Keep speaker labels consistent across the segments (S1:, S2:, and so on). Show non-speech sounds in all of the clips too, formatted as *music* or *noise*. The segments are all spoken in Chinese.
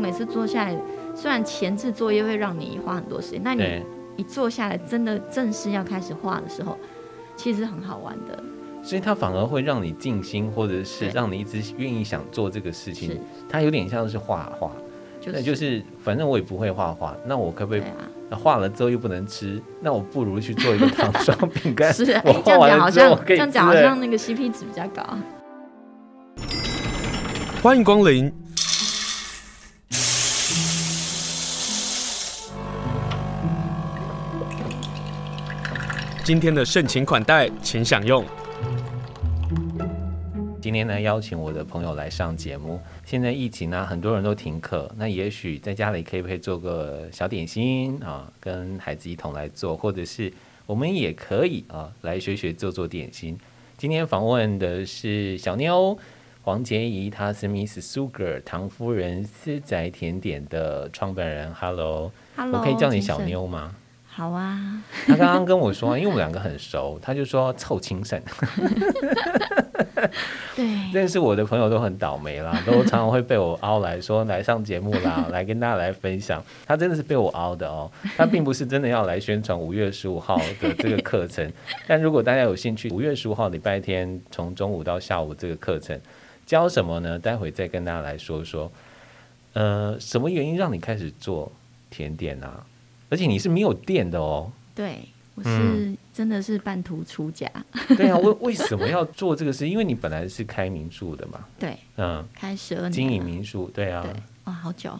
S1: 每次坐下来，虽然前置作业会让你花很多时间，那你
S2: 对，
S1: 一坐下来，真的正式要开始画的时候，其实很好玩的。
S2: 所以它反而会让你静心，或者是
S1: 对
S2: 让你一直愿意想做这个事
S1: 是
S2: 情。，它有点像是画画，
S1: 就
S2: 那
S1: 是
S2: 就是反正我也不会画画，那我可不可
S1: 对
S2: 以
S1: 啊，
S2: 那画了之后又不能吃，那我不如去做一个 *laughs* 糖霜饼干。
S1: 是哎、
S2: *laughs* 我
S1: 这
S2: 画
S1: 样
S2: 完
S1: 讲好
S2: 了之后
S1: 像
S2: 可
S1: 这
S2: 以
S1: 样
S2: 吃
S1: 讲好
S2: 了。
S1: 像那个 CP 值比较高。
S3: 欢迎光临。今天的盛情款待，请享用。
S2: 今天呢，邀请我的朋友来上节目。现在疫情呢，很多人都停课，那也许在家里可以不可以做个小点心啊，跟孩子一同来做，或者是我们也可以啊，来学学做做点心。今天访问的是小妞黄杰怡，她是 Miss Sugar 唐夫人私宅甜点的创办人。Hello，
S1: Hello，
S2: *laughs* 我可以叫你
S1: 金
S2: 小
S1: 盛。
S2: 妞吗？
S1: 好
S2: *laughs*
S1: 啊，
S2: 他刚刚跟我说，因为我们两个很熟，他就说凑亲生。
S1: 对，
S2: 认识我的朋友都很倒霉啦， *laughs* 都常常会被我凹来说来上节目啦，来跟大家来分享。他真的是被我凹的哦，他并不是真的要来宣传五月十五号的这个课程。但如果大家有兴趣，五月十五号礼拜天从中午到下午这个课程教什么呢？待会再跟大家来说说。呃，什么原因让你开始做甜点啊？而且你是没有店的哦。
S1: 对我
S2: 嗯
S1: 是真的是半途出家，
S2: 对啊，为为什么要做这个事？因为你本来是开民宿的嘛，
S1: 对，
S2: 嗯，
S1: 开十二年了，
S2: 经营民嗯宿，对啊，
S1: 对，哇，好久，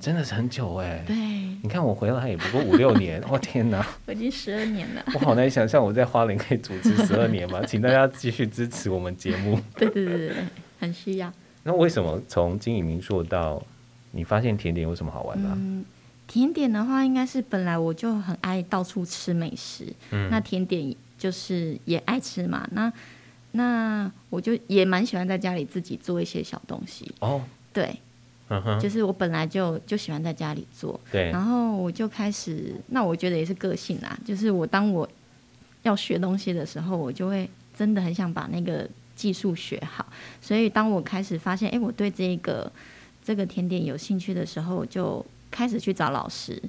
S2: 真的是很久哎、
S1: 对
S2: 你看我回来也不过五六年， *laughs* 我、天哪，
S1: 我已经十二年了，
S2: 我好难想象我在花莲可以主持十二
S1: *laughs*
S2: 年嘛，请大家继续支持我们节目。
S1: 对对对对对，很需要。
S2: 那为什么从经营民宿到你发现甜点有什么好玩的啊、
S1: 嗯，甜点的话，应该是本来我就很爱到处吃美食，
S2: 嗯
S1: 那甜点就是也爱吃嘛。那那我就也蛮喜欢在家里自己做一些小东西，
S2: 哦，
S1: 对，
S2: 嗯哼，
S1: 就是我啊本来就就喜欢在家里做，
S2: 对
S1: 然，后我就开始，那我觉得也是个性啦，就是我当我要学东西的时候，我就会真的很想把那个技术学好。所以当我开始发现，哎，我对这个这个甜点有兴趣的时候，我就开始去找老师。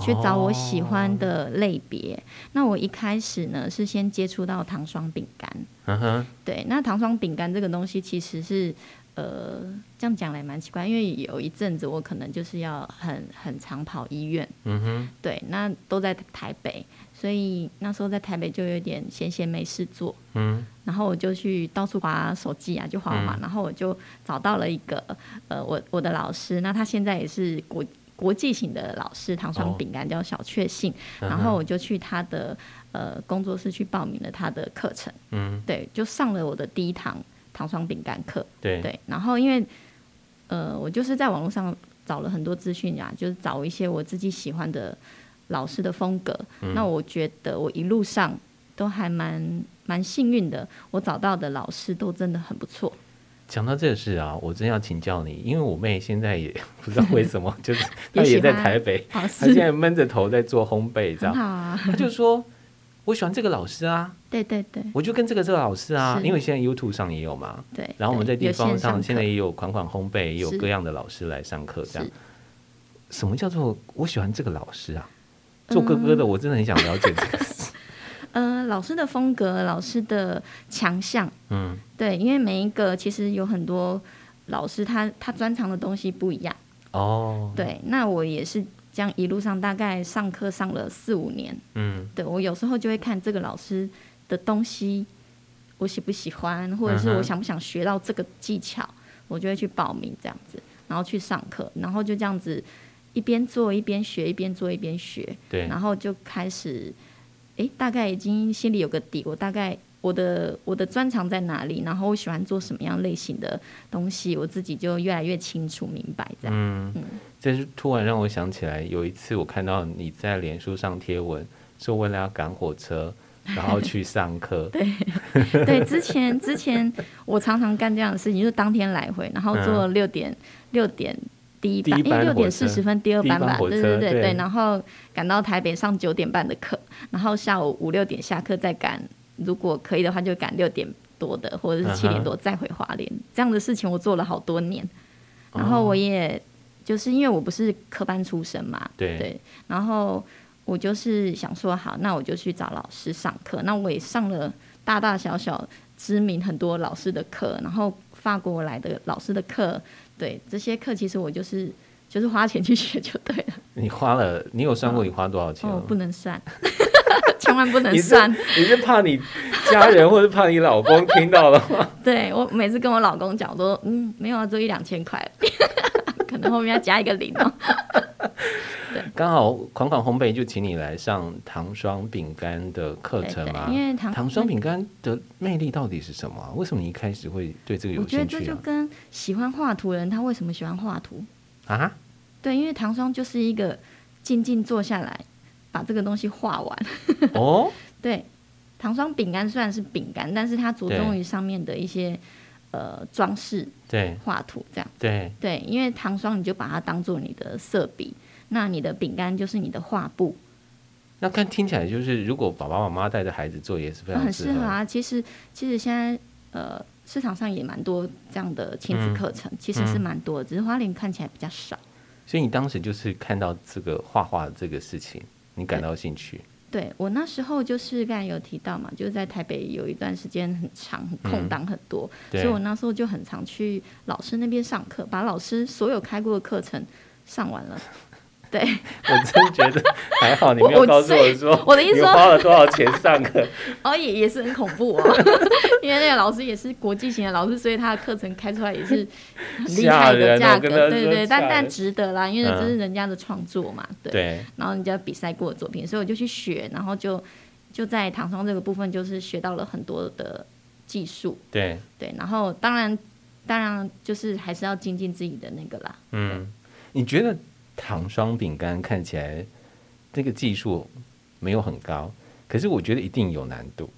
S1: 去找我喜欢的类别。那我一开始呢是先接触到糖霜饼干，
S2: 嗯哼，
S1: 对，那糖霜饼干这个东西其实是，呃，这样讲来蛮奇怪，因为有一阵子我可能就是要很很常跑医院，
S2: 嗯哼，
S1: 对，那都在台北，所以那时候在台北就有点闲闲没事做，
S2: 嗯，
S1: 然后我就去到处划手机啊，就划划，
S2: 嗯
S1: 然后我就找到了一个呃，我我的老师，那他现在也是国国际型的老师，糖
S2: 哦嗯
S1: 霜饼干叫小确幸，然后我就去他的呃工作室去报名了他的课程，
S2: 嗯，
S1: 对，就上了我的第一堂糖霜饼干课，
S2: 对，
S1: 对，然后因为呃，我就是在网络上找了很多资讯啊，就是找一些我自己喜欢的老师的风格。
S2: 嗯
S1: 那我觉得我一路上都还蛮蛮幸运的，我找到的老师都真的很不错。
S2: 讲到这个事啊，我真要请教你，因为我妹现在也 *laughs* 不知道为
S1: *laughs*
S2: 什么，就是她
S1: 也喜
S2: 也在
S1: 欢
S2: 台
S1: *laughs*
S2: 北，
S1: 老
S2: 她现
S1: 师
S2: 在闷着头在做烘焙，
S1: 很
S2: 这样。
S1: 好啊， *laughs*
S2: 他就说：“我喜欢这个老师啊，
S1: 对对对
S2: 我就跟这个这个老师啊，
S1: 是
S2: 因为现在 YouTube 上也有嘛，
S1: 对。
S2: 然后我们在
S1: 对
S2: 地
S1: 有
S2: 方
S1: 线
S2: 上
S1: 上
S2: 现在也有款款烘焙，也有
S1: 是
S2: 各样的老师来上课，这样
S1: 是。
S2: 什么叫做我喜欢这个老师啊？做哥哥
S1: 嗯
S2: 的，我真的很想了解这个
S1: *laughs*
S2: 事。
S1: 呃老师的风格，老师的强项，
S2: 嗯，
S1: 对，因为每一个其实有很多老师他他专长的东西不一样。
S2: 哦，，
S1: 对，那我也是这样一路上大概上课上了四五年，
S2: 嗯，
S1: 对我有时候就会看这个老师的东西，我喜不喜欢，或者是
S2: 嗯哼
S1: 我想不想学到这个技巧，我就会去报名这样子，然后去上课，然后就这样子一边做一边学，一边做一边学，
S2: 对
S1: 然，后就开始，诶，大概已经心里有个底，我大概。我的我的专长在哪里？然后我喜欢做什么样类型的东西，我自己就越来越清楚明白这样。
S2: 嗯
S1: 嗯，
S2: 这是突然让我想起来，有一次我看到你在脸书上贴文，说为了要赶火车，然
S1: *laughs*
S2: 后去上课，对， *laughs*
S1: 对，之前之前我常常干这样的事情，就是当天来回，然后坐六点六点第一班，
S2: 嗯第一
S1: 因
S2: 班
S1: 为六
S2: 火
S1: 点
S2: 车
S1: 四十分第二
S2: 第一
S1: 班
S2: 班
S1: 吧，
S2: 火
S1: 对
S2: 车
S1: 对对
S2: 对
S1: 对，然后赶到台北上九点半的课，然后下午五六点下课再赶，如果可以的话就赶六点多的或者
S2: 嗯
S1: 是
S2: 哼哦
S1: 七点多再回华联，这样的事情我做了好多年，然后我也就是因为我不是科班出身嘛，
S2: 对
S1: 然后我就是想说，好，那我就去找老师上课。那我也上了大大小小知名很多老师的课，然后法国来的老师的课，对这些课，其实我就是就是花钱去学就对
S2: *laughs*
S1: 了，
S2: 你花了，你有算过你花多少钱吗？
S1: 哦，不能
S2: *laughs*
S1: 算，千万不能
S2: 你是
S1: 算。
S2: 你是怕你家人或者怕你老公听到了吗？
S1: *laughs* 对我每次跟我老公讲，我都嗯没有啊，只有一两千块， *laughs* 可能后面要加一个零哦。
S2: 刚好款款烘焙就请你来上糖霜饼干的课程嘛。
S1: 对对因为糖
S2: 糖霜饼干的魅力到底是什么啊、为什么你一开始会对这个
S1: 我
S2: 有
S1: 觉得
S2: 兴
S1: 这
S2: 趣
S1: 就
S2: 啊？
S1: 跟喜欢画图的人他为什么喜欢画图， *laughs*
S2: 啊，
S1: 对，因为糖霜就是一个静静坐下来把这个东西画完。 *laughs*
S2: 哦，
S1: 对，糖霜饼干虽然是饼干，但是它着重于上面的一些呃装饰
S2: 对
S1: 画图这样。
S2: 对，
S1: 对，因为糖霜你就把它当做你的色笔，那你的饼干就是你的画布。
S2: 那看听起来就是，如果爸爸妈妈带着孩子做也是非
S1: 很
S2: 常
S1: 适合啊。其实其实现在呃市场上也蛮多这样的亲子课程，其实是蛮多的，只是花莲看起来比较少。
S2: 所以你当时就是看到这个画画这个事情，你感到兴趣。 *laughs*
S1: 对我那时候就是刚才有提到嘛，就是在台北有一段时间很长，很空档很多，
S2: 嗯对
S1: 所以我那时候就很常去老师那边上课，把老师所有开过的课程上完了。
S2: *laughs*
S1: 对，
S2: 我真觉得还好，你没
S1: 我
S2: 有
S1: 我
S2: 告诉我说
S1: 我的意思
S2: 你
S1: 说
S2: 花了多少钱上课。 *laughs*
S1: 哦也也是很恐怖哦， *laughs* 因为那个老师也是国际型的老师，所以他的课程开出来也是很厉
S2: 吓
S1: 害
S2: 人
S1: 的
S2: 哦
S1: 价格，
S2: 跟他说
S1: 对对对，但
S2: 吓
S1: 但
S2: 人
S1: 值得啦，因为
S2: 嗯
S1: 这是人家的创作嘛，对。
S2: 对，
S1: 然后人家比赛过的作品，所以我就去学，然后就就在唐双这个部分就是学到了很多的技术，
S2: 对，
S1: 对，然后当然当然就是还是要精进自己的那个啦，
S2: 嗯，你觉得糖霜饼干看起来那个技术没有很高，可是我觉得一定有难度。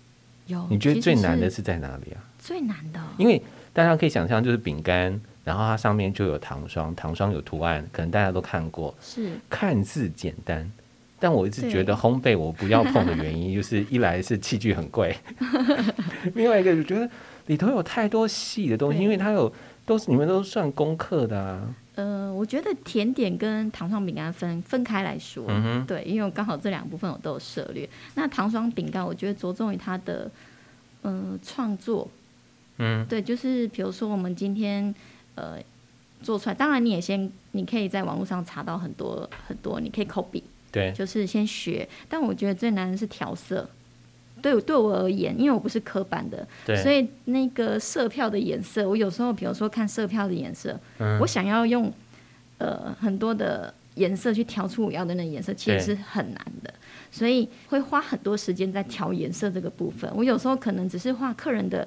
S1: 有
S2: 你觉得最难的
S1: 哦其实
S2: 是在哪里啊？
S1: 最难的哦、
S2: 因为大家可以想象，就是饼干，然后它上面就有糖霜，糖霜有图案，可能大家都看过，
S1: 是
S2: 看似简单。但我一直
S1: 对
S2: 觉得烘焙我不要碰的
S1: *laughs*
S2: 原因，就是一来是器具很贵， *laughs* 另外一个我觉得里头有太多细的东西，
S1: 对
S2: 因为它有都是你们都算功课的啊。
S1: 呃，我觉得甜点跟糖霜饼干分分开来说，
S2: 嗯哼，
S1: 对，因为我刚好这两部分我都有涉猎。那糖霜饼干，我觉得着重于它的呃创作，
S2: 嗯，
S1: 对，就是比如说我们今天呃做出来，当然你也先，你可以在网络上查到很多很多，你可以 copy，
S2: 对，
S1: 就是先学。但我觉得最难的是调色，对我对我而言，因为我不是科班的，
S2: 对，
S1: 所以那个色票的颜色，我有时候比如说看色票的颜色，
S2: 嗯
S1: 我想要用呃很多的颜色去调出我要的那个颜色，其实是很难的，所以会花很多时间在调颜色这个部分。我有时候可能只是画客人的。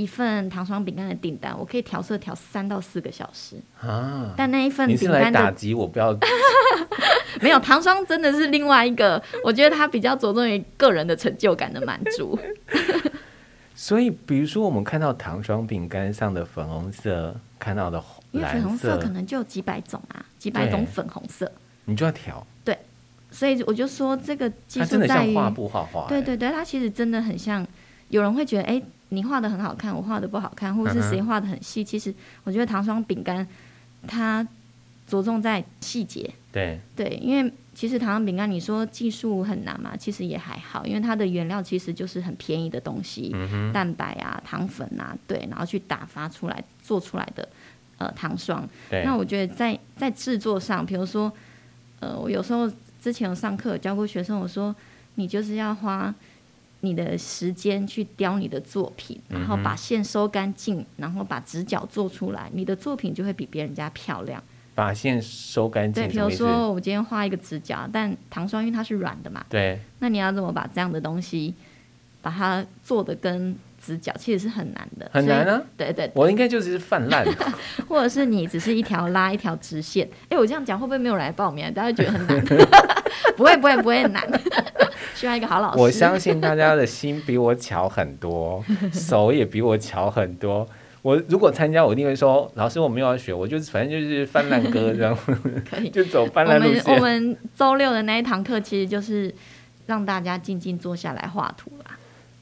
S1: 一份糖霜饼干的订单，我可以调色调三到四个小时，
S2: 啊，
S1: 但那一份
S2: 你是
S1: 饼
S2: 来
S1: 干
S2: 打
S1: 的
S2: 击我，不要 *laughs*
S1: 没有糖霜，真的是另外一个，我觉得它比较着重于个人的成就感的满足。
S2: 所以，比如说我们看到糖霜饼干上的粉红色，看到的红
S1: *laughs* 因为粉
S2: 蓝
S1: 红色
S2: 色，
S1: 可能就有几百种啊，几百种
S2: 对
S1: 粉红色，
S2: 你就要调，
S1: 所以我就说这个技
S2: 它
S1: 术
S2: 真的
S1: 在
S2: 像
S1: 于，
S2: 画布画画、
S1: 对
S2: 欸
S1: 对对，它其实真的很像。有人会觉得，哎、你画的很好看，我画的不好看，或者
S2: 嗯
S1: 是
S2: 哼
S1: 谁画的很细。其实我觉得糖霜饼干它着重在细节，
S2: 对
S1: 对，因为其实糖霜饼干，你说技术很难嘛，其实也还好，因为它的原料其实就是很便宜的东西，蛋白啊、糖粉啊，对，然后去打发出来做出来的呃糖霜。
S2: 对
S1: 那我觉得在在制作上，比如说，呃，我有时候之前有上课有教过学生，我说你就是要花你的时间去雕你的作品，然后把线收干净，然后把直角做出来，你的作品就会比别人家漂亮。
S2: 把线收干
S1: 对，
S2: 净，
S1: 比
S2: 什
S1: 如
S2: 么意思？
S1: 说我今天画一个直角，但糖霜因为它是软的嘛，
S2: 对，
S1: 那你要怎么把这样的东西把它做的跟直角，其实是很难的，
S2: 很难
S1: 所以。
S2: 啊。
S1: 对对，
S2: 我应该就是泛
S1: *laughs*
S2: 滥，
S1: 或者是你只是一条拉一条直线。哎、我这样讲会不会没有人来报名、啊？大家觉得很
S2: *laughs*
S1: 难？不会不会不会很难， *laughs* 需要一个好老师。
S2: 我相信大家的心比我巧很多，手也比我巧很多。我如果参加，我一定会说老师我没有要学，我就反正就是泛滥哥这样，
S1: *laughs* 可以。
S2: *laughs* 就走泛
S1: 我
S2: 滥路
S1: 们我
S2: 线。
S1: 们周六的那一堂课其实就是让大家静静坐下来画图啦。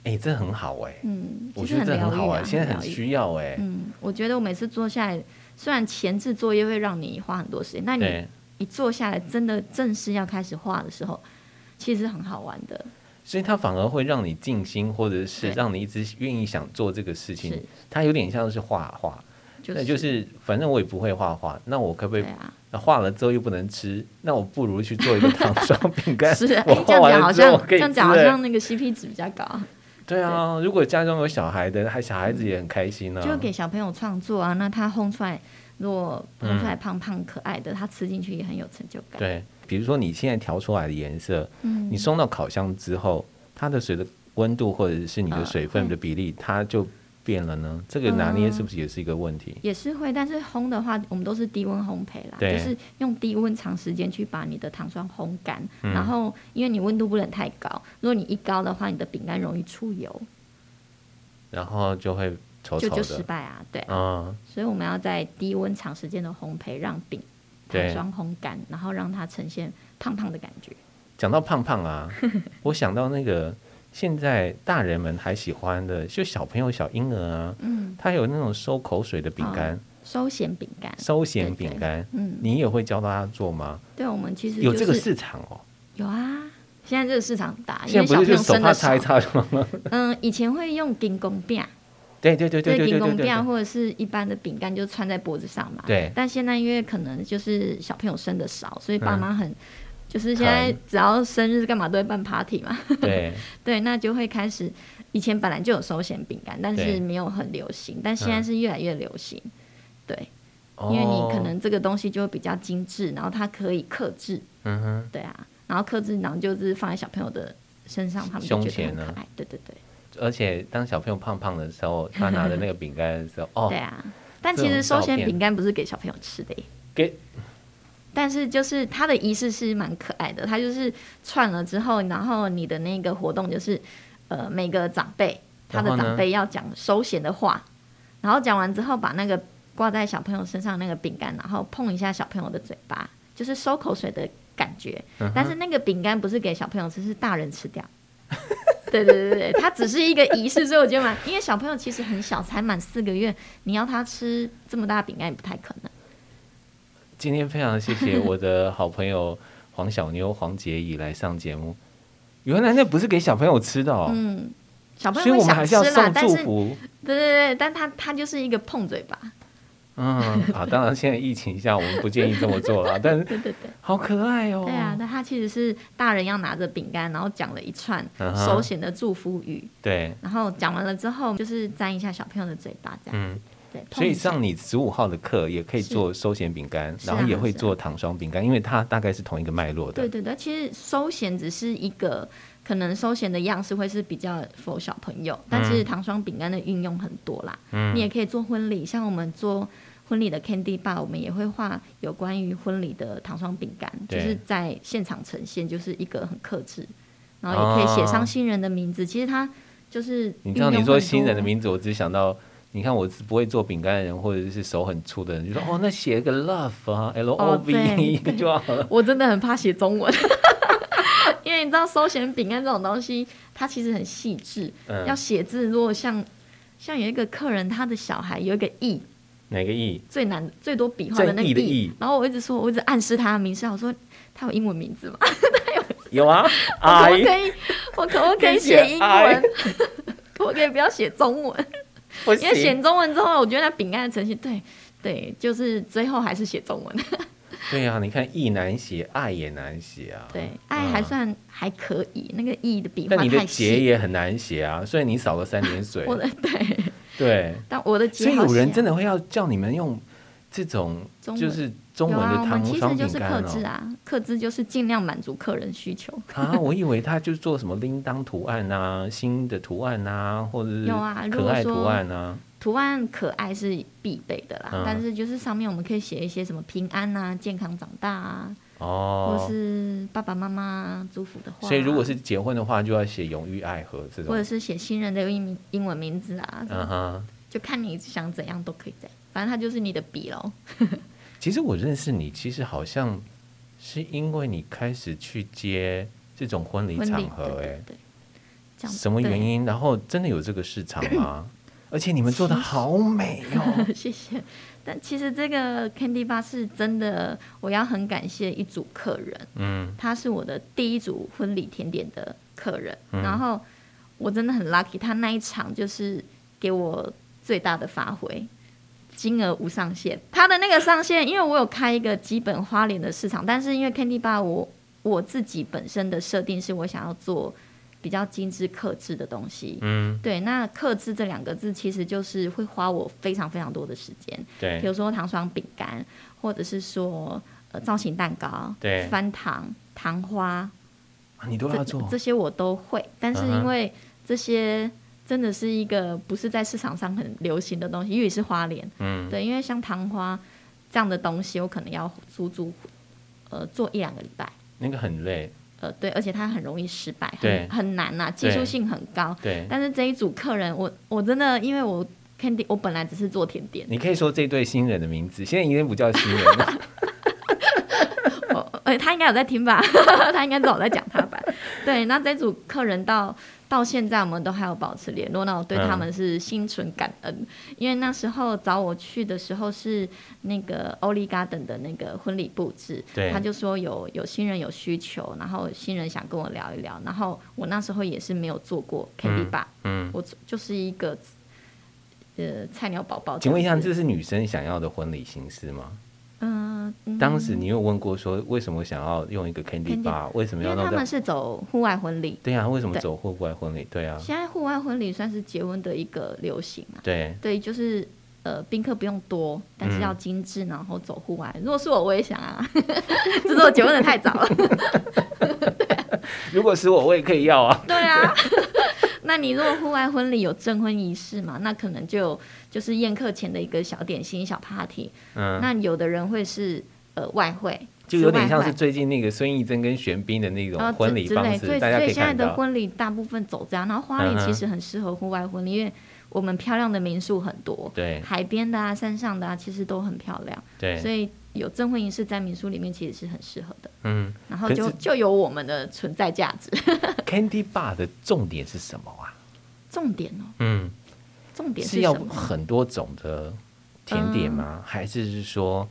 S2: 哎、这很好哎、
S1: 嗯，
S2: 我
S1: 其实
S2: 觉得这
S1: 疗
S2: 很
S1: 愈
S2: 好欸
S1: 啊，
S2: 玩，现在
S1: 疗
S2: 很
S1: 愈。
S2: 需要哎、
S1: 嗯，我觉得我每次坐下来虽然前置作业会让你花很多时间，那你
S2: 对，
S1: 一坐下来，真的正式要开始画的时候，其实很好玩的。
S2: 所以它反而会让你静心，或者是
S1: 对
S2: 让你一直愿意想做这个
S1: 是
S2: 事情。它有点像是画画，
S1: 就
S2: 那
S1: 是
S2: 就是反正我也不会画画，那我可不可
S1: 对
S2: 以
S1: 啊，
S2: 那画了之后又不能吃，那我不如去做一个糖霜饼
S1: *laughs*
S2: 干。
S1: 是哎、
S2: *laughs* 我
S1: 这
S2: 画
S1: 样讲
S2: 完了
S1: 好
S2: 之后我
S1: 像
S2: 可
S1: 这
S2: 以
S1: 样
S2: 吃
S1: 讲好
S2: 哎
S1: 像那个 CP 值比较高，
S2: 对啊，如果家中有小孩的，还小孩子也很开心呢、啊
S1: 就给小朋友创作啊，那他烘出来。如果烘出来胖胖可爱的，他吃进去也很有成就感。
S2: 嗯对，比如说你现在调出来的颜色，
S1: 嗯
S2: 你送到烤箱之后，它的水的温度或者是你的
S1: 啊
S2: 水分的比例，它就变了呢。这个拿
S1: 啊
S2: 捏是不是也是一个问题？
S1: 也是会，但是烘的话，我们都是低温烘焙啦，
S2: 对
S1: 就是用低温长时间去把你的糖霜烘干。
S2: 嗯
S1: 然后，因为你温度不能太高，如果你一高的话，你的饼干容易出油，
S2: 然后就会丑
S1: 就
S2: 丑
S1: 就失
S2: 哦的。
S1: 败啊。对啊，
S2: 嗯，
S1: 所以我们要在低温长时间的烘焙，让饼
S2: 对
S1: 糖霜烘干，然后让它呈现胖胖的感觉。
S2: 讲到胖胖
S1: *laughs*
S2: 啊，我想到那个现在大人们还喜欢的，就小朋友、小婴儿啊，
S1: 嗯，
S2: 他有那种收口水的饼干、
S1: 啊收咸饼干，
S2: 收咸饼干，
S1: 嗯，
S2: 你也会教大家做吗？
S1: 对，我们其实、就是、
S2: 有这个市场哦，
S1: 有啊。现在这个市场很大，啊因
S2: 现
S1: 为
S2: 在
S1: 小朋
S2: 不是
S1: 友
S2: 就手
S1: 生
S2: 帕
S1: 的
S2: 擦一
S1: 少。
S2: 擦就吗？
S1: *laughs* 嗯，以前会用金工饼，
S2: 对对对对对
S1: 金
S2: 对对
S1: 工
S2: 对
S1: 饼
S2: 对，
S1: 啊或者是一般的饼干，就穿在脖子上嘛。
S2: 对
S1: 但现在因为可能就是小朋友生的少，所以爸
S2: 嗯
S1: 妈很、就是现在
S2: 疼
S1: 只要生日干嘛都会办 party 嘛。 *laughs*
S2: 对
S1: 对，那就会开始，以前本来就有收咸饼干，但
S2: 对
S1: 是没有很流行，但现在
S2: 嗯
S1: 是越来越流行。对，
S2: 哦
S1: 因为你可能这个东西就会比较精致，然后它可以克制，
S2: 嗯哼，
S1: 对啊，然后克制，然后就是放在小朋友的身上，他们就
S2: 胸
S1: 觉得
S2: 前
S1: 很
S2: 啊
S1: 可爱。对对对，
S2: 而且当小朋友胖胖的时候，他拿着那个饼干的时
S1: *laughs*
S2: 候，哦
S1: 对，啊。但
S2: 这
S1: 其实
S2: 种
S1: 收
S2: 照
S1: 咸
S2: 片
S1: 饼干不是给小朋友吃的耶，
S2: 给
S1: 但是就是它的仪式是蛮可爱的，它就是串了之后，然后你的那个活动就是，呃，每个长辈他的
S2: 然后呢
S1: 长辈要讲收贤的话，然后讲完之后把那个挂在小朋友身上那个饼干，然后碰一下小朋友的嘴巴，就是收口水的感觉。
S2: 嗯哼
S1: 但是那个饼干不是给小朋友吃，是大人吃掉。 *laughs* 对对对对对，它只是一个仪式，所以我觉得蛮，因为小朋友其实很小，才满四个月，你要他吃这么大的饼干也不太可能。
S2: 今天非常谢谢我的好朋友黄小妞黄杰怡来上节目。原来那不是给小朋友吃的哦，
S1: 嗯，小朋
S2: 所以
S1: 友会
S2: 我们
S1: 想
S2: 还
S1: 吃
S2: 是要
S1: 啦
S2: 送，
S1: 但
S2: 祝
S1: 是
S2: 福。
S1: 对对对，但他他就是一个碰嘴巴，
S2: 嗯，啊，当然现在疫情下我们不建议这么做
S1: *laughs*
S2: 了，但是
S1: 对对对，
S2: 好可爱哦。
S1: 对啊，那他其实是大人要拿着饼干，然后讲了一串
S2: 嗯哼
S1: 手写的祝福语，
S2: 对，
S1: 然后讲完了之后就是沾一下小朋友的嘴巴这样，
S2: 嗯，
S1: 对，
S2: 所以上
S1: 你
S2: 你十五号的课也可以做收咸饼干，
S1: 是啊
S2: 然后也会做糖霜饼干，因为它大概是同一个脉络
S1: 对
S2: 的。
S1: 对对，其实收咸只是一个可能收咸的样式会是比较 for 小朋友，
S2: 嗯
S1: 但是糖霜饼干的运用很多啦，你也可以做婚礼，像我们做。婚礼的 candy bar，我们也会画有关于婚礼的糖霜饼干，就
S2: 对
S1: 是在现场呈现，就是一个很克制，然后也可以写上新人的名字。其实它就是
S2: 哦你知道你
S1: 运用很多
S2: 说新人的名字，我只想到，你看我是不会做饼干的人，或者是手很粗的人，就说哦，那写一个 love 啊，L O
S1: 哦
S2: V
S1: 对
S2: E *laughs* 就好了。
S1: 我真的很怕写中文， *laughs* 因为你知道收钱饼干这种东西，它其实很细致，
S2: 嗯
S1: 要写字。如果像像有一个客人，他的小孩有一个 E，
S2: 哪个 E？
S1: 最难最多笔画的那个 E，
S2: 正义 E 的义
S1: 然后我一直说，我一直暗示他的名字，
S2: *laughs*
S1: 我说他有英文名字吗？
S2: 有
S1: *laughs*
S2: 啊
S1: 我可
S2: ，I
S1: 不可以？我可不可以写英 *laughs*
S2: 哎
S1: 文？可不可以不要写中文？
S2: 不
S1: 因为
S2: 行。
S1: 写中文之后，我觉得那饼干的呈现，对对，就是最后还是写中文。
S2: 对呀，你看 E 难写，爱也难写啊。
S1: 对，爱
S2: 嗯
S1: 还算还可以，那个 E 的笔画
S2: 但你的
S1: 太
S2: 结
S1: 细。
S2: 也很难写啊，所以你少了三点水。
S1: *laughs* 我的对。 *laughs*
S2: 对，
S1: 但我的
S2: 所
S1: 结
S2: 以
S1: 好
S2: 有人
S1: 写啊
S2: 真的会要叫你们用这种
S1: 中文
S2: 就是中文
S1: 有
S2: 的
S1: 啊，我
S2: 糖
S1: 们其
S2: 霜
S1: 实就
S2: 饼
S1: 是克
S2: 干
S1: 制
S2: 哦。
S1: 啊，克制就是尽量满足客人需求。
S2: *laughs* 啊，我以为他就做什么铃铛图案啊、新的图案啊，或者是
S1: 有啊如
S2: 可
S1: 果
S2: 爱
S1: 说
S2: 图案啊。
S1: 图案可爱是必备的啦，
S2: 嗯
S1: 但是就是上面我们可以写一些什么平安啊、健康长大啊，或
S2: 哦，
S1: 是爸爸妈妈啊祝福的话啊、
S2: 所以如果是结婚的话，就要写永浴爱河这种
S1: 或者。是写新人的英英文名字啊，
S2: 嗯哼，
S1: 就看你想怎样都可以这样，反正它就是你的笔喽。
S2: 其实我认识你，其实好像是因为你开始去接这种婚礼
S1: 婚礼
S2: 场合、
S1: 对
S2: 欸，
S1: 对对，这样
S2: 什么原
S1: 对 *coughs*
S2: 因？然后真的有这个市场吗？而而且你们做的好美
S1: *laughs*
S2: 哦。
S1: 谢谢。但其实这个 Candy Bar 是真的，我要很感谢一组客人，
S2: 嗯
S1: 他是我的第一组婚礼甜点的客人，
S2: 嗯
S1: 然后我真的很 lucky，他那一场就是给我最大的发挥，金额无上限。他的那个上限，因为我有开一个基本花莲的市场，但是因为 Candy Bar 我我自己本身的设定是我想要做比较精致克制的东西。
S2: 嗯，
S1: 对，那克制这两个字其实就是会花我非常非常多的时间，比
S2: 对
S1: 如说糖霜饼干，或者是说呃造型蛋糕，
S2: 对，
S1: 翻糖、糖花，
S2: 啊你都要
S1: 这
S2: 做
S1: 这些我都会，但是
S2: 嗯
S1: 因
S2: 哼
S1: 为这些真的是一个不是在市场上很流行的东西，因为是花莲，
S2: 嗯
S1: 对，因为像糖花这样的东西，我可能要足足呃做一两个礼拜，
S2: 那个很累，
S1: 呃，对，而且它很容易失败，
S2: 对
S1: 很很难呐、啊技术
S2: 对
S1: 性很高。
S2: 对。
S1: 但是这一组客人，我我真的因为我 Candy，我本来只是做甜点，
S2: 你可以说这对新人的名字，现在已经不叫新人了。
S1: *laughs* 哦，呃，他应该有在听吧？ *laughs* 他应该知道我在讲他吧？对，那这组客人到到现在我们都还有保持联络，那我对
S2: 嗯
S1: 他们是心存感恩，因为那时候找我去的时候是那个欧丽 garden 的那个婚礼布置
S2: 对，
S1: 他就说有有新人有需求，然后新人想跟我聊一聊，然后我那时候也是没有做过 candy bar，、
S2: 嗯，
S1: 我就是一个呃菜鸟宝宝。
S2: 请问一下，
S1: 这样子
S2: 这是女生想要的婚礼形式吗？
S1: 嗯、嗯
S2: 当时你有问过说，为什么想要用一个 candy
S1: Candy-
S2: bar？为什么
S1: 因
S2: 要
S1: 为
S2: 弄
S1: 他
S2: 到
S1: 们？是走户外婚礼。
S2: 对啊，为什么
S1: 对
S2: 走户外婚礼？对啊，
S1: 现在户外婚礼算是结婚的一个流行啊，
S2: 对，
S1: 对，就是呃宾客不用多，但是要
S2: 嗯
S1: 精致，然后走户外。如果是我，我也想啊， *laughs* 只是我结婚的太早
S2: *laughs*
S1: 了。
S2: 如果是我，我也可以要啊。
S1: 对
S2: *laughs*
S1: 啊，那你如果户外婚礼有证婚仪式嘛，那可能就有就是宴客前的一个小点心、小 party。
S2: 嗯，
S1: 那有的人会是呃外汇，
S2: 就有点
S1: 吃
S2: 像
S1: 外
S2: 是
S1: 汇
S2: 最近那个孙艺珍跟玄彬的那
S1: 然
S2: 种
S1: 后
S2: 婚礼
S1: 哦之
S2: 方
S1: 类，所
S2: 式，
S1: 以
S2: 大家
S1: 所
S2: 可
S1: 以现在
S2: 看
S1: 的
S2: 到。
S1: 婚礼大部分走这样，然后花莲
S2: 嗯哼
S1: 其实很适合户外婚礼，因为我们漂亮的民宿很多，
S2: 对
S1: 海边的啊、山上的啊，其实都很漂亮，所
S2: 对，
S1: 以有证婚仪式在民宿里面其实是很适合的，
S2: 嗯
S1: 然后
S2: 可是
S1: 就就有我们的存在价值。 *laughs*
S2: ，candy bar 的重点是什么啊？
S1: 重点哦，
S2: 嗯，
S1: 重点
S2: 是要
S1: 什么？
S2: 很多种的甜点吗？还是是说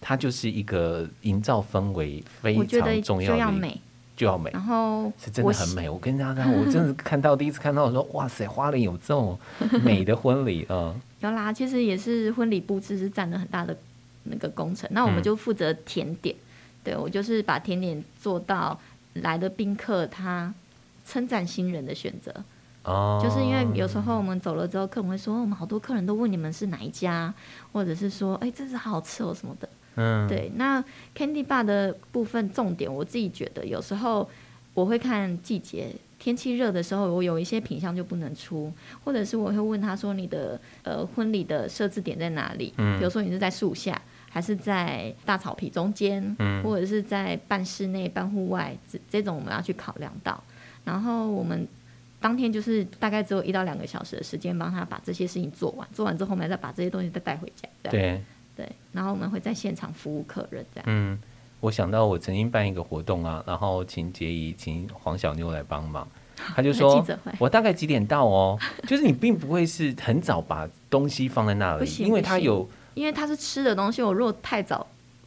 S2: 它就是一个营造氛围非
S1: 我觉得
S2: 常重
S1: 就
S2: 要的
S1: 要
S2: 一
S1: 美，
S2: 就要美
S1: 然，后
S2: 是真的
S1: 我
S2: 很
S1: 喜。
S2: 美。我跟大家讲，我
S1: *laughs*
S2: 真的看到第一次看到我说，哇塞，花莲有这种美的婚礼，嗯，
S1: 有啦，其实也是婚礼布置是占了很大的那个工程。那我们就负责甜点，对我就是把甜点做到来的宾客他称赞新人的选择，
S2: 哦，
S1: *laughs* 就是因为有时候我们走了之后，客人会说，哦我们好多客人都问你们是哪一家，或者是说，哎，这是好好吃哦什么的。
S2: 嗯，
S1: 对，那 Candy Bar 的部分重点，我自己觉得有时候我会看季节，天气热的时候，我有一些品相就不能出，或者是我会问他说你的呃婚礼的设置点在哪里？
S2: 嗯
S1: 比如说你是在树下，还是在大草皮中间，
S2: 嗯
S1: 或者是在半室内半户外，这这种我们要去考量到。然后我们当天就是大概只有一到两个小时的时间，帮他把这些事情做完，做完之后，我们再把这些东西再带回家，这样
S2: 对。
S1: 对，然后我们会在现场服务客人这样。
S2: 嗯，我想到我曾经办一个活动啊，然后请杰怡、请黄小妞来帮忙，他就
S1: 开
S2: 说
S1: 记者会
S2: 我大概几点到哦， *laughs* 就是你并不会是很早把东西放在那
S1: 不
S2: 里，
S1: 行
S2: 因为
S1: 不
S2: 他
S1: 行
S2: 有
S1: 因为它是吃的东西，我如果太早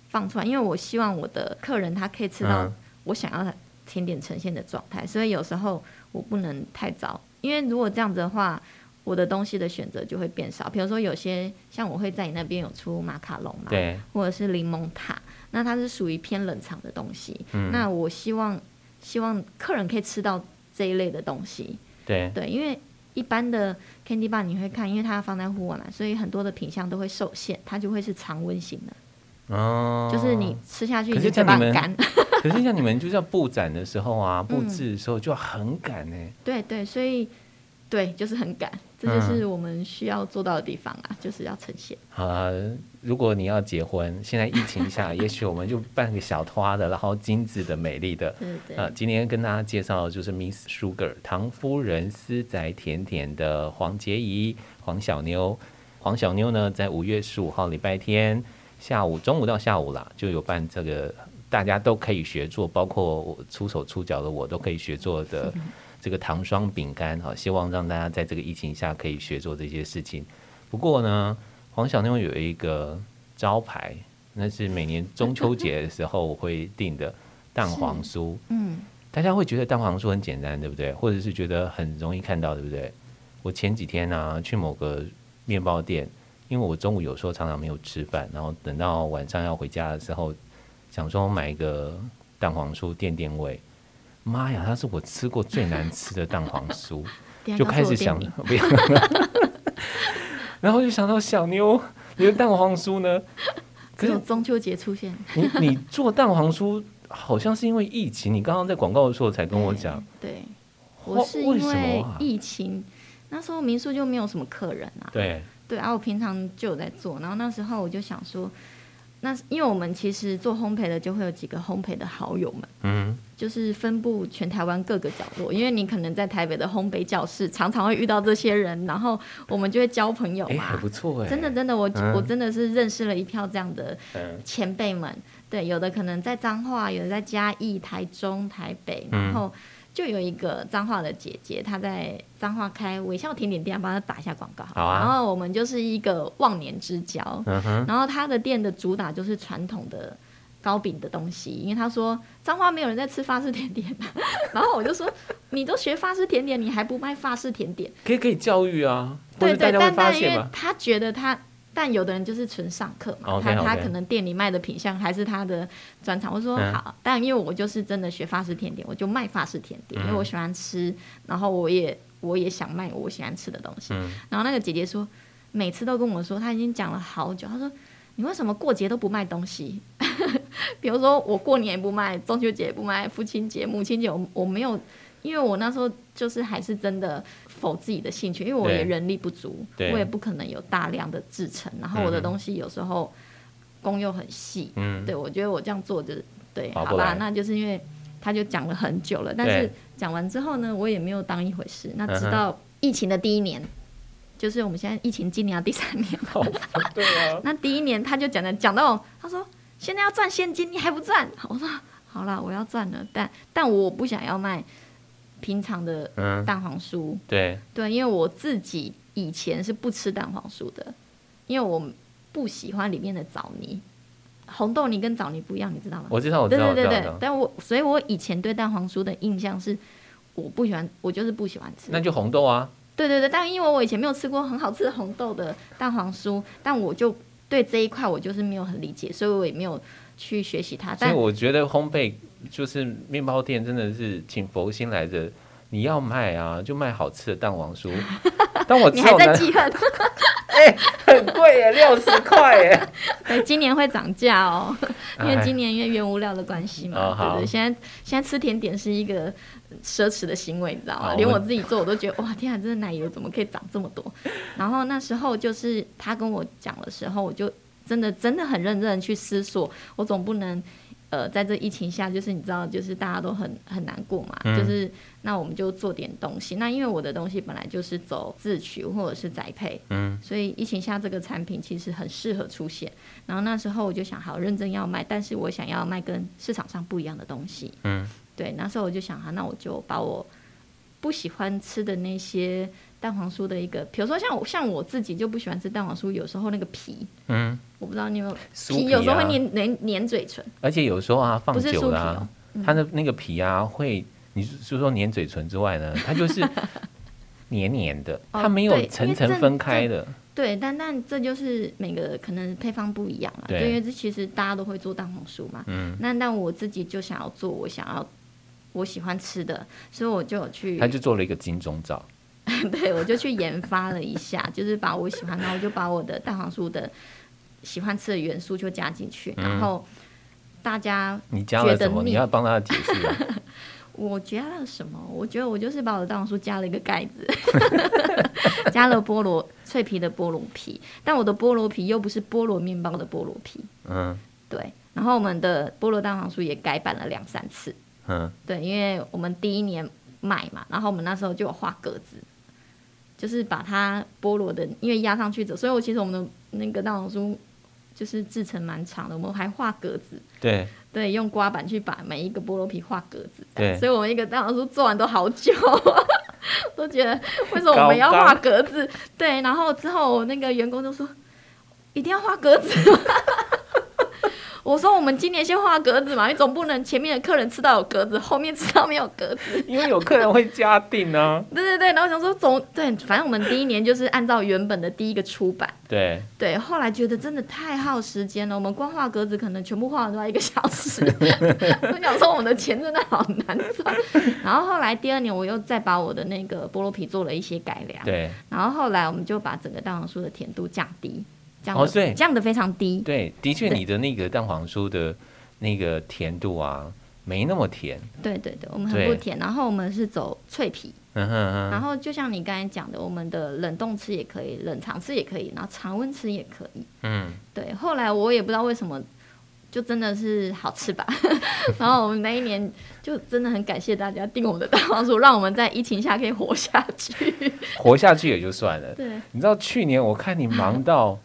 S1: 放出来，因为我希望我的客人他可以吃到
S2: 嗯
S1: 我想要甜点呈现的状态，所以有时候我不能太早，因为如果这样子的话，我的东西的选择就会变少。比如说有些像我会在你那边有出马卡龙嘛，
S2: 对
S1: 或者是柠檬塔，那它是属于偏冷藏的东西，
S2: 嗯
S1: 那我希望希望客人可以吃到这一类的东西，
S2: 对
S1: 对，因为一般的 candy bar 你会看，因为它放在户外嘛，所以很多的品相都会受限，它就会是常温型的，
S2: 哦，
S1: 就是你。吃下去
S2: 可
S1: 你
S2: 是
S1: 就嘴
S2: 像
S1: 巴
S2: 你
S1: 很
S2: 们
S1: 干。 *laughs*
S2: 可是像你们就是要布展的时候啊，布
S1: 嗯
S2: 置的时候就要很赶呢、
S1: 对对，所以对，就是很赶，这
S2: 嗯
S1: 就是我们需要做到的地方啊，就是要呈现。
S2: 好啊，如果你要结婚，现在疫情下，
S1: *laughs*
S2: 也许我们就办个小花的，然后精致的、美丽的。
S1: 对对
S2: 呃，今天跟大家介绍的就是 Miss Sugar 唐夫人私宅甜点的黄洁仪、黄小妞。黄小妞呢，在五月十五号礼拜天下午中午到下午啦，就有办这个大家都可以学做，包括我出手出脚的我都可以学做的这个糖霜饼干，好，希望让大家在这个疫情下可以学做这些事情。不过呢，黄小妞有一个招牌，那是每年中秋节的时候我会订的蛋黄酥。
S1: 嗯，
S2: 大家会觉得蛋黄酥很简单，对不对？或者是觉得很容易看到，对不对？我前几天呢、啊去某个面包店，因为我中午有时候常常没有吃饭，然后等到晚上要回家的时候，想说买一个蛋黄酥垫垫胃。妈呀，它是我吃过最难吃的蛋黄酥，
S1: 等一下
S2: 就
S1: 告诉
S2: 开
S1: 我
S2: 始
S1: 店
S2: 想
S1: 名
S2: *laughs* 不要，然后就想到小妞，你的蛋黄酥呢？可
S1: 只
S2: 是
S1: 有中秋节出现。
S2: 你你做蛋黄酥好像是因为疫情，你刚刚在广告的时候才跟我讲，
S1: 对，
S2: 哇
S1: 我是
S2: 为
S1: 因
S2: 什么
S1: 为
S2: 啊
S1: 疫情，那时候民宿就没有什么客人啊。
S2: 对，
S1: 对啊，我平常就有在做，然后那时候我就想说，那因为我们其实做烘焙的就会有几个烘焙的好友们，
S2: 嗯，
S1: 就是分布全台湾各个角落，因为你可能在台北的烘焙教室常常会遇到这些人，然后我们就会交朋友
S2: 哎、还
S1: 嘛
S2: 不。错哎、
S1: 真的真的，我、
S2: 嗯
S1: 我真的是认识了一票这样的
S2: 嗯
S1: 前辈们，对，有的可能在彰化，有的在嘉义、台中、台北，
S2: 嗯
S1: 然后就有一个彰化的姐姐，她在彰化开微笑甜点店，帮她打一下广告了。
S2: 好啊
S1: 然后我们就是一个忘年之交，
S2: 嗯哼，
S1: 然后她的店的主打就是传统的。糕饼的东西，因为她说彰化没有人在吃法式甜点、啊， *laughs* 然后我就说你都学法式甜点，你还不卖法式甜点？
S2: 可以可以教育啊，或
S1: 对
S2: 者
S1: 对，
S2: 大家会
S1: 但
S2: 发
S1: 但因
S2: 现
S1: 为
S2: 嘛，
S1: 他觉得他，但有的人就是纯上课嘛
S2: OK，
S1: 他他
S2: OK
S1: 可能店里卖的品相还是他的专长。我说
S2: 嗯
S1: 好，但因为我就是真的学法式甜点，我就卖法式甜点，因为
S2: 嗯
S1: 我喜欢吃，然后我也我也想卖我喜欢吃的东西。
S2: 嗯
S1: 然后那个姐姐说，每次都跟我说，她已经讲了好久，她说。你为什么过节都不卖东西？ *laughs* 比如说我过年也不卖，中秋节也不卖，父亲节、母亲节我我没有，因为我那时候就是还是真的否自己的兴趣，因为我
S2: 对
S1: 也人力不足，
S2: 对
S1: 我也不可能有大量的制成，然后我的
S2: 嗯
S1: 东西有时候工又很细，
S2: 嗯，
S1: 对我觉得我这样做就是对，
S2: 划不
S1: 好吧
S2: 来，
S1: 那就是因为他就讲了很久了，但
S2: 对
S1: 是讲完之后呢，我也没有当一回事。那
S2: 嗯
S1: 直
S2: 哼
S1: 到疫情的第一年，就是我们现在疫情今年要第三年了，
S2: 好，对啊，
S1: *laughs* 那第一年他就讲的讲到，他说现在要赚现金，你还不赚？ *laughs* 我说好啦，我要赚了，但但我不想要卖平常的
S2: 嗯，
S1: 蛋黄酥，
S2: 对，
S1: 对，因为我自己以前是不吃蛋黄酥的，因为我不喜欢里面的枣泥。红豆泥跟枣泥不一样，你知道吗？
S2: 我知道，我哦知
S1: 对
S2: 道，
S1: 对
S2: 我知
S1: 对
S2: 道我知
S1: 对
S2: 道，，
S1: 但我所以，我以前对蛋黄酥的印象是，我不喜欢，我就是不喜欢吃。
S2: 那就红豆啊，
S1: 对对对，但因为我以前没有吃过很好吃的红豆的蛋黄酥，但我就对这一块我就是没有很理解，所以我也没有去学习它。
S2: 所以
S1: 但
S2: 我觉得烘焙就是面包店真的是请佛心来着，你要卖啊，就卖好吃的蛋
S1: *laughs*
S2: 黄酥。当我
S1: 你
S2: 知
S1: 还
S2: 道
S1: 在
S2: 南
S1: 记
S2: *laughs*
S1: 恨？
S2: 哎很贵耶，六十块耶，
S1: *laughs* 对，今年会涨价哦，因为
S2: 哎
S1: 今年因为原物料的关系嘛，
S2: 哦好
S1: 对对，现在现在吃甜点是一个奢侈的行为，你知道
S2: 好
S1: 吗？
S2: 我
S1: 连我
S2: 们
S1: 自己做我都觉得 *laughs* 哇，天啊，这个奶油怎么可以涨这么多？然后那时候就是他跟我讲的时候，我就真的真的很认真地去思索，我总不能。呃，在这疫情下，就是你知道，就是大家都很很难过嘛，
S2: 嗯
S1: 就是那我们就做点东西。那因为我的东西本来就是走自取或者是宅配，
S2: 嗯，
S1: 所以疫情下这个产品其实很适合出现。然后那时候我就想，好认真要卖，但是我想要卖跟市场上不一样的东西。
S2: 嗯，
S1: 对，那时候我就想，好，那我就把我不喜欢吃的那些蛋黄酥的一个，比如说像我像我自己就不喜欢吃蛋黄酥，有时候那个皮，
S2: 嗯，
S1: 我不知道你有没有
S2: 酥皮啊
S1: 有时候会粘粘粘嘴唇，
S2: 而且有时候啊，放
S1: 不是酥
S2: 久
S1: 皮
S2: 了啊、
S1: 哦，
S2: 它的那个皮啊，会你是是说粘嘴唇之
S1: *laughs*
S2: 外呢，它就是黏黏的，
S1: 哦
S2: 它没有
S1: 对因为
S2: 层层
S1: 正
S2: 分开的。
S1: 对，但但这就是每个可能配方不一样啦。
S2: 对
S1: 因为这其实大家都会做蛋黄酥嘛。
S2: 嗯。
S1: 那但我自己就想要做我想要我喜欢吃的，所以我就有去
S2: 他，就做了一个金钟罩，
S1: 对我就去研发了一下，就是把我喜欢，然后我就把我的蛋黄酥的喜欢吃的元素就加进去，然后大家
S2: 你加了什
S1: 觉得
S2: 么？
S1: 腻
S2: 你要帮他解
S1: *laughs*
S2: 释啊。
S1: 我加了什么？我觉得我就是把我的蛋黄酥加了一个盖子， *laughs* 加了菠萝脆皮的菠萝皮，但我的菠萝皮又不是菠萝面包的菠萝皮，
S2: 嗯
S1: 对。然后我们的菠萝蛋黄酥也改版了两三次，
S2: 嗯，
S1: 对，因为我们第一年卖嘛，然后我们那时候就有画格子，就是把它菠萝的，因为压上去走，所以我其实我们的那个蛋黄酥就是制成蛮长的，我们还画格子，
S2: 对，
S1: 对，用刮板去把每一个菠萝皮画格子这
S2: 对
S1: 样，所以我们一个当老师做完都好久， *laughs* 都觉得为什么我们要
S2: 高纲
S1: 画格子？对，然后之后我那个员工就说一定要画格子吗。 *laughs* 我说我们今年先画格子嘛，你总不能前面的客人吃到有格子，后面吃到没有格子。
S2: 因为有客人会加订啊。
S1: 对对对，然后想说总对，反正我们第一年就是按照原本的第一个出版，
S2: 对，
S1: 对，后来觉得真的太耗时间了，我们光画格子可能全部画完都要一个小时， *laughs* 我想说我们的钱真的好难赚。然后后来第二年我又再把我的那个菠萝皮做了一些改良，
S2: 对，
S1: 然后后来我们就把整个蛋黄酥的甜度降低，降
S2: 哦
S1: 的、
S2: 对
S1: 降的非常低，
S2: 对，的确，
S1: 对
S2: 你的那个蛋黄酥的那个甜度啊，没那么甜。
S1: 对对对，我们很不
S2: 对
S1: 甜，然后我们是走脆皮，
S2: 嗯哼哼，
S1: 然后就像你刚才讲的，我们的冷冻吃也可以，冷藏吃也可以，然后常温吃也可以。
S2: 嗯，
S1: 对，后来我也不知道为什么，就真的是好吃吧。 *laughs* 然后我们那一年就真的很感谢大家订我们的蛋黄酥，让我们在疫情下可以活下去。
S2: 活下去也就算
S1: *laughs*
S2: 了。
S1: 对，
S2: 你知道去年我看你忙到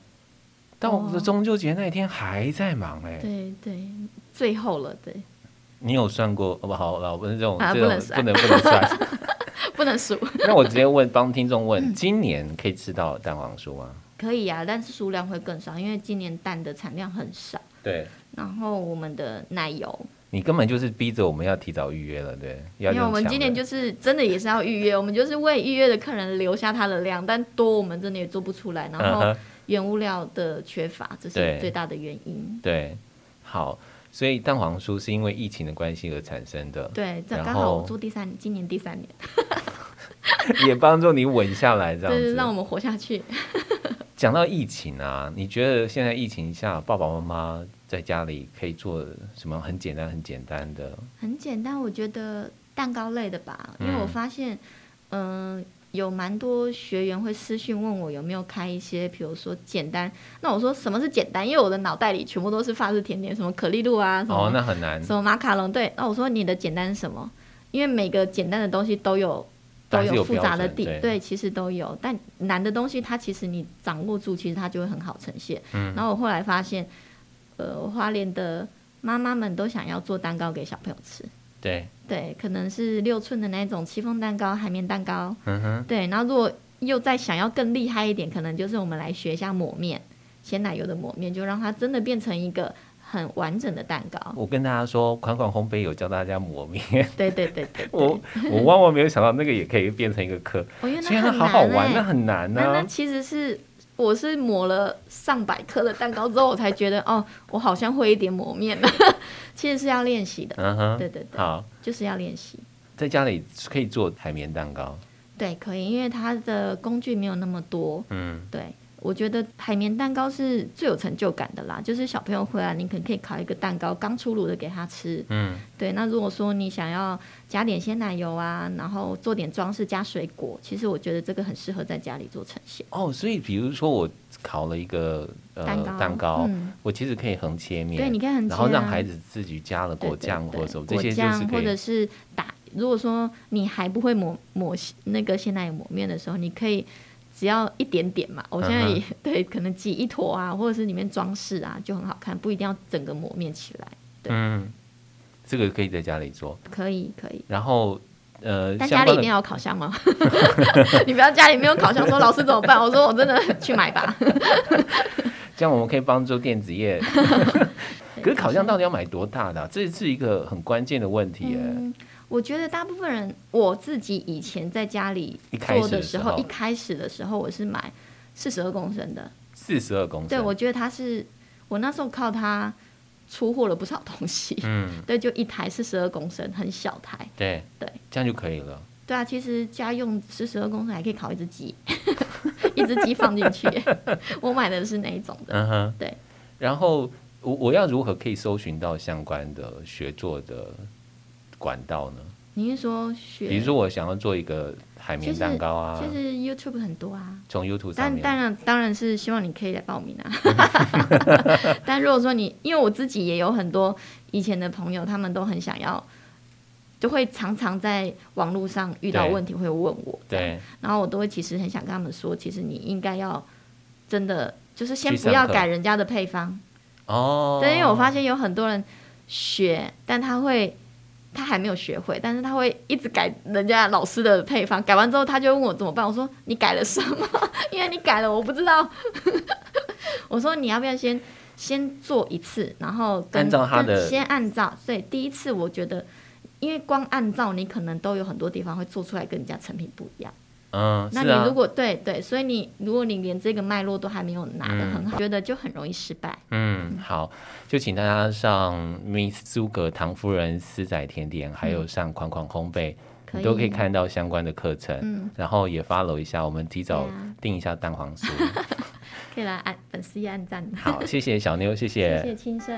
S2: 到
S1: *laughs* 哦
S2: 中秋节那一天还在忙哎、
S1: 对对，最后了，对，
S2: 你有算过？哦，不好了，不是这种、
S1: 啊不
S2: 这种
S1: 能
S2: 不
S1: 算
S2: 能不能
S1: *laughs*
S2: 算。
S1: 不能数。
S2: 那我直接问，帮听
S1: *laughs*
S2: 众问，今年可以吃到蛋黄酥吗？
S1: 可以啊，但是数量会更少，因为今年蛋的产量很少。
S2: 对。
S1: 然后我们的奶油，
S2: 你根本就是逼着我们要提早预约了，对？要
S1: 因为
S2: 用
S1: 我们
S2: 抢
S1: 今年
S2: 的
S1: 就是真的也是要预约，我们就是为预约的客人留下他的量，但多我们真的也做不出来，然
S2: 嗯
S1: 后
S2: 哼
S1: 原物料的缺乏，这
S2: 对
S1: 是最大的原因。
S2: 对，好，所以蛋黄酥是因为疫情的关系而产生的，
S1: 对，这
S2: 然
S1: 刚好
S2: 后
S1: 我做第三，今年第三年，
S2: 也帮助你稳下来这样
S1: 对，让我
S2: 子。
S1: 们活下去。 *laughs*
S2: 讲到疫情啊，你觉得现在疫情下，爸爸妈妈在家里可以做什么很简单、很简单的？
S1: 很简单，我觉得蛋糕类的吧，因为我
S2: 嗯
S1: 发现，嗯、有蛮多学员会私讯问我有没有开一些，比如说简单。那我说什么是简单？因为我的脑袋里全部都是法式甜点，什么可丽露啊，什么、
S2: 哦，那很难
S1: 什么马卡龙。对，那哦我说你的简单是什么？因为每个简单的东西都有都
S2: 还是有
S1: 复杂的
S2: 标准
S1: 地，
S2: 对
S1: 对，其实都有。但难的东西，它其实你掌握住，其实它就会很好呈现。
S2: 嗯
S1: 然后我后来发现，呃，花莲的妈妈们都想要做蛋糕给小朋友吃，
S2: 对，
S1: 对，可能是六寸的那种戚风蛋糕、海绵蛋糕，
S2: 嗯哼，
S1: 对。然后如果又再想要更厉害一点，可能就是我们来学一下抹面，鲜奶油的抹面，就让它真的变成一个很完整的蛋糕。
S2: 我跟大家说，款款烘焙有教大家磨面，
S1: 对对对对，对
S2: 我我万万没有想到那个也可以变成一个课，
S1: 我觉得
S2: 虽
S1: 那
S2: 然
S1: 哦很
S2: 好好
S1: 难
S2: 玩，
S1: 欸
S2: 那很难啊呢、
S1: 那那其实是我是抹了上百颗的蛋糕之后，我才觉得哦，我好像会一点抹面 *laughs* 了。其实是要练习的，
S2: 嗯哼，
S1: 对对对，
S2: 好，
S1: 就是要练习。
S2: 在家里可以做海绵蛋糕，
S1: 对，可以，因为它的工具没有那么多。
S2: 嗯，
S1: 对，我觉得海绵蛋糕是最有成就感的啦，就是小朋友回来，你可能可以烤一个蛋糕，刚出炉的给他吃。
S2: 嗯，
S1: 对，那如果说你想要加点鲜奶油啊，然后做点装饰，加水果，其实我觉得这个很适合在家里做呈现。
S2: 哦，所以比如说我烤了一个呃
S1: 蛋糕，嗯，
S2: 我其实可以横切面，
S1: 对，你可以很
S2: 然后
S1: 切
S2: 让
S1: 啊
S2: 孩子自己加了果
S1: 对对
S2: 酱
S1: 对
S2: 或什么，这
S1: 果
S2: 些就
S1: 酱
S2: 是可
S1: 或者
S2: 以。
S1: 是打。如果说你还不会抹抹那个鲜奶油抹面的时候，你可以只要一点点嘛。我现在
S2: 嗯哼
S1: 也、 *laughs* 对，可能挤一坨啊，或者是里面装饰啊，就很好看，不一定要整个抹面起来。
S2: 嗯，这个可以在家里做。
S1: 可以，可以。
S2: 然后呃，
S1: 但
S2: 相
S1: 家里
S2: 关
S1: 一
S2: 的
S1: 定要有烤箱吗？ *laughs* 你不要家里没有烤箱说老师怎么办？我说我真的去买吧。
S2: 这样我们可以帮助电子业。可是烤箱到底要买多大的啊、这是一个很关键的问题耶。
S1: *laughs* 嗯，我觉得大部分人，我自己以前在家里
S2: 一开始
S1: 做
S2: 的
S1: 的
S2: 时
S1: 时
S2: 候
S1: 候，一开始的时候我是买四十二公升的，
S2: 四十二公升，
S1: 对我觉得它是我那时候靠它出货了不少东西，
S2: *laughs* 嗯，
S1: 对，就一台四十二公升，很小台，
S2: 对
S1: 对，
S2: 这样就可以了。
S1: 对啊，其实家用四十二公升还可以烤一只鸡， *laughs* 一只鸡放进去， *laughs* 我买的是那一种的，
S2: 嗯哼，
S1: 对。
S2: 然后我我要如何可以搜寻到相关的学做的管道呢？
S1: 你是说学？
S2: 比如说我想要做一个海绵蛋糕啊，
S1: 其实 YouTube 很多啊，
S2: 从 YouTube 上
S1: 但
S2: 面，
S1: 当然当然是希望你可以来报名啊。
S2: *laughs*
S1: *laughs* 但如果说你，因为我自己也有很多以前的朋友，他们都很想要，就会常常在网络上遇到
S2: 对
S1: 问题会问我，
S2: 对
S1: 然后我都会其实很想跟他们说，其实你应该要真的就是先
S2: 去
S1: 不
S2: 上
S1: 要
S2: 课
S1: 改人家的配方，
S2: 哦，
S1: 对，因为我发现有很多人学，但他会他还没有学会，但是他会一直改人家老师的配方，改完之后他就问我怎么办，我说你改了什么？ *laughs* 因为你改了我不知道， *laughs* 我说你要不要先先做一次，然后跟
S2: 按照他的
S1: 跟先按照，对，第一次我觉得。因为光按照你可能都有很多地方会做出来跟人家成品不一样。
S2: 嗯，
S1: 那
S2: 是
S1: 你
S2: 啊
S1: 如，果对对，所以你如果你连这个脉络都还没有拿得很好，觉得就很容易失败。
S2: 嗯，好，就请大家上 Miss 诸葛唐夫人私宅甜点，还有上款款烘焙，
S1: 嗯可
S2: 你
S1: 以
S2: 都可以看到相关的课程。
S1: 嗯，
S2: 然后也 follow 一下，我们提早
S1: 对啊
S2: 订一下蛋黄酥。
S1: 可以来按粉丝页按赞。
S2: 好，谢谢小妞，谢
S1: 谢谢青盛。